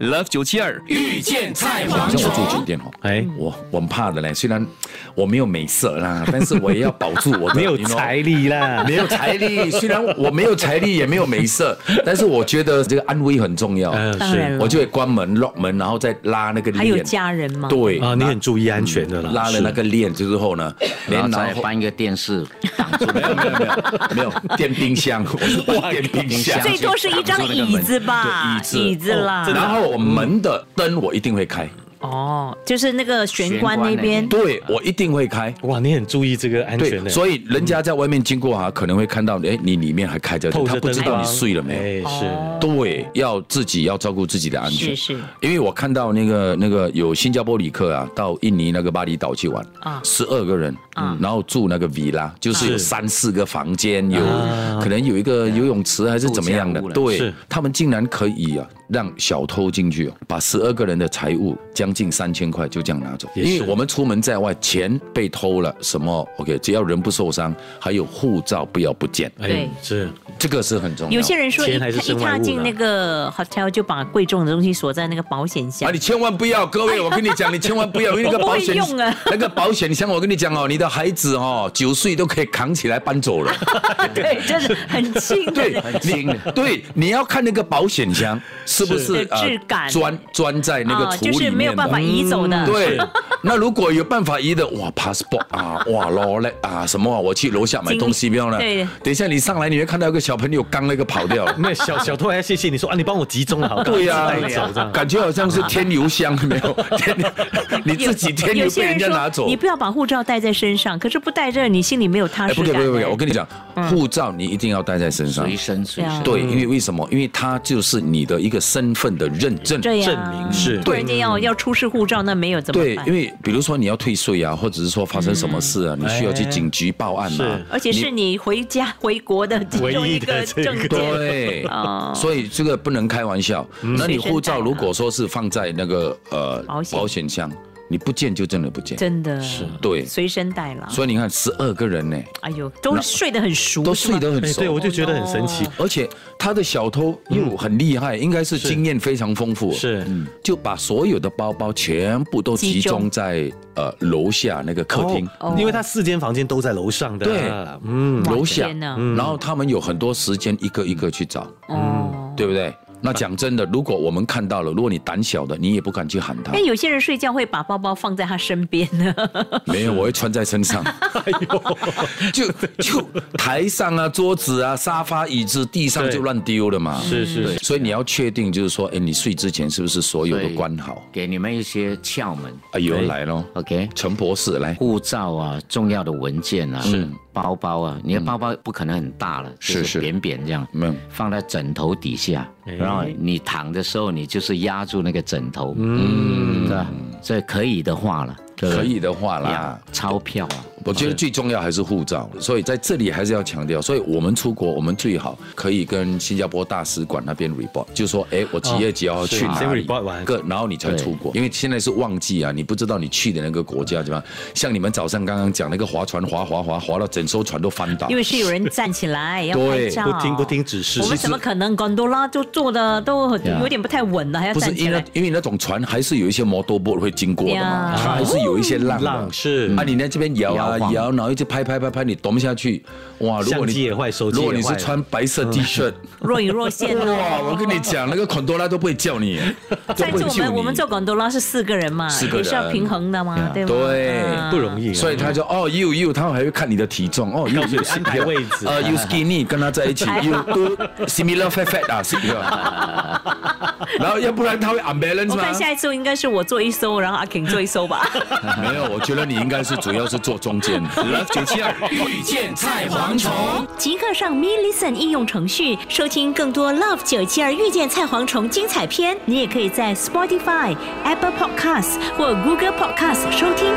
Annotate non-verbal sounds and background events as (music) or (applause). Love 九七二遇见菜蝗像我住虫酒。店哦，哎我我很怕的嘞。虽然我没有美色 (laughs) 啦，但是我也要保住我的没有 you know 财力啦，没有财力。虽然我没有财力，也没有美色，但是我觉得这个安危很重要。呃，当然是了我就会关门 lock 门，然后再拉那个链。还有家人嘛，对啊，你啊很注意安全的啦，拉了是那个链之后呢，然后连再然后啊搬一个电视挡住没有没有没有没有电冰箱，我是搬电冰箱，最多是一张椅子吧，对椅子哦啦。然后我门的灯我一定会开，哦，就是那个玄关那边玄关那边，对我一定会开。哇，你很注意这个安全对，的，所以人家在外面经过啊，可能会看到，哎，你里面还开着灯，透他着不灯知道光你睡了没有。哎，是，对，要自己要照顾自己的安全。是是因为我看到那个那个有新加坡旅客啊，到印尼那个巴厘岛去玩啊十二个人，嗯然后住那个 villa，就是有是三四个房间，有啊可能有一个游泳池还是怎么样的度假屋。了对是，他们竟然可以啊，让小偷进去哦，把十二个人的财物将近三千块就这样拿走。也是因为我们出门在外，钱被偷了，什么 OK，只要人不受伤，还有护照不要不见，哎对，是，这个是很重要。有些人说一钱还是一身外物踏啦进那个 hotel 就把贵重的东西锁在那个保险啊，箱你，千万不要，各位，我跟你讲，你千万 (laughs) 不要，因为那个保险哎我不会用啊，那个保险箱，我跟你讲哦，你的孩子哦，九岁都可以扛起来搬走了。 (laughs) 对，真的很轻啊 (laughs) 对的。，你对，你要看那个保险箱是不是呃的质感钻钻在那个啊土就里是没有面办法的。嗯移走的，对，那如果有办法移的，哇，passport 啊， (laughs) 哇 l o l e t 啊，什么啊，我去楼下买东西不要了。对等一下你上来，你会看到一个小朋友刚那个跑掉 (laughs) 了。那小小偷还要谢谢你说啊，你帮我集中了，好，对呀、赶快走这样，感觉好像是添油箱，没 (laughs) 有， (laughs) 你有自己添有油些被人家拿走。说你不要把护照带在身上，可是不带着你心里没有踏哎，实不感可欸。以，不可以，不可以！我跟你讲，嗯护照你一定要带在身上随。身随对啊身。对，因为为什么？因为它就是你的一个身份的认证。对呀，证明是突然间要要出示护照，那没有怎么对办？，因为比如说你要退税啊，或者是说发生什么事嗯啊，你需要去警局报案啊嘛是。而且是你回家 (laughs) 回国的其中唯一一的个这个证件。对， (laughs) 哦所以这个不能开玩笑。嗯那你护照随身带啊如果说是放在那个呃保险保险箱，你不见就真的不见。真的是对，随身带了。所以你看十二个人呢，哎呦，都睡得很熟，都是吗睡得很哎，熟对，。我就觉得很神奇，而且他的小偷又很厉害，应该是是经验非常丰富，嗯是嗯就把所有的包包全部都集中在呃楼下那个客厅，哦因为他四间房间都在楼上的，对嗯，嗯楼下天，哪然后他们有很多时间一个一个去找，哦。对不对？那讲真的，如果我们看到了，如果你胆小的，你也不敢去喊他哎哎但。有些人睡觉会把包包放在他身边呢，没有，我会穿在 (laughs) 身上。哎就就台上啊、桌子啊、沙发、椅子、地上对就乱丢了嘛。是是对，是所以你要确定，就是说，哎，你睡之前是不是所有都对关好？给你们一些窍门哎呦，来喽， ，OK？陈博士来，护照啊，重要的文件啊，是包包啊，你的包包不可能很大了，就是嗯是哎扁扁这样，嗯放在枕头底下，然后你躺的时候，你就是压住那个枕头，嗯，对吧，这可以的话了，对不对可以的话啦呀，，钞票啊，我觉得最重要还是护照，所以在这里还是要强调，所以我们出国，我们最好可以跟新加坡大使馆那边 report，就说，哎，我几月几号哦是去哪先里 report 完，个，然后你才出国，因为现在是旺季啊，你不知道你去的那个国家怎么样。像你们早上刚刚讲那个划船，划划划划到整艘船都翻倒因，为是有人站起来要拍对照，不听不听指示，我其们实怎么可能gondola 就坐的都很 Yeah 有点不太稳了，还要不是站起因为来？因为那种船还是有一些摩托 boat 会经过的嘛， Yeah 它还是有一些浪的浪是啊，你在这边摇啊摇晃摇，然后一直拍拍拍拍，你躲不下去。哇，如果相机你也坏，手机如也果坏，嗯你是穿白色 T 恤，若隐若现哦。哇，我跟你讲，那个孔多拉都不会叫 (laughs) 你，都但不是会我救们我们你做。gondola 是四个人嘛，四个人也是要平衡的嘛，对吗？对嗯不容易啊，所以他就哦，you you，他还会看你的体重 (laughs) 哦，you 告诉 you 你安排位置呃，you skinny，跟他在一起还，you 好 do similar fat fat 啊， (laughs) 是一个。然后要不然他会 unbalance 我看吗？下一次应该是我做一艘，然后阿 King 做一艘吧。没有，我觉得你应该是主要是做中 (laughs) 间。Love 九七二遇见菜蝗虫。即刻上 Me Listen 应用程序收听更多 Love 九七二遇见菜蝗虫精彩片。你也可以在 Spotify、Apple Podcasts 或 Google Podcasts 收听。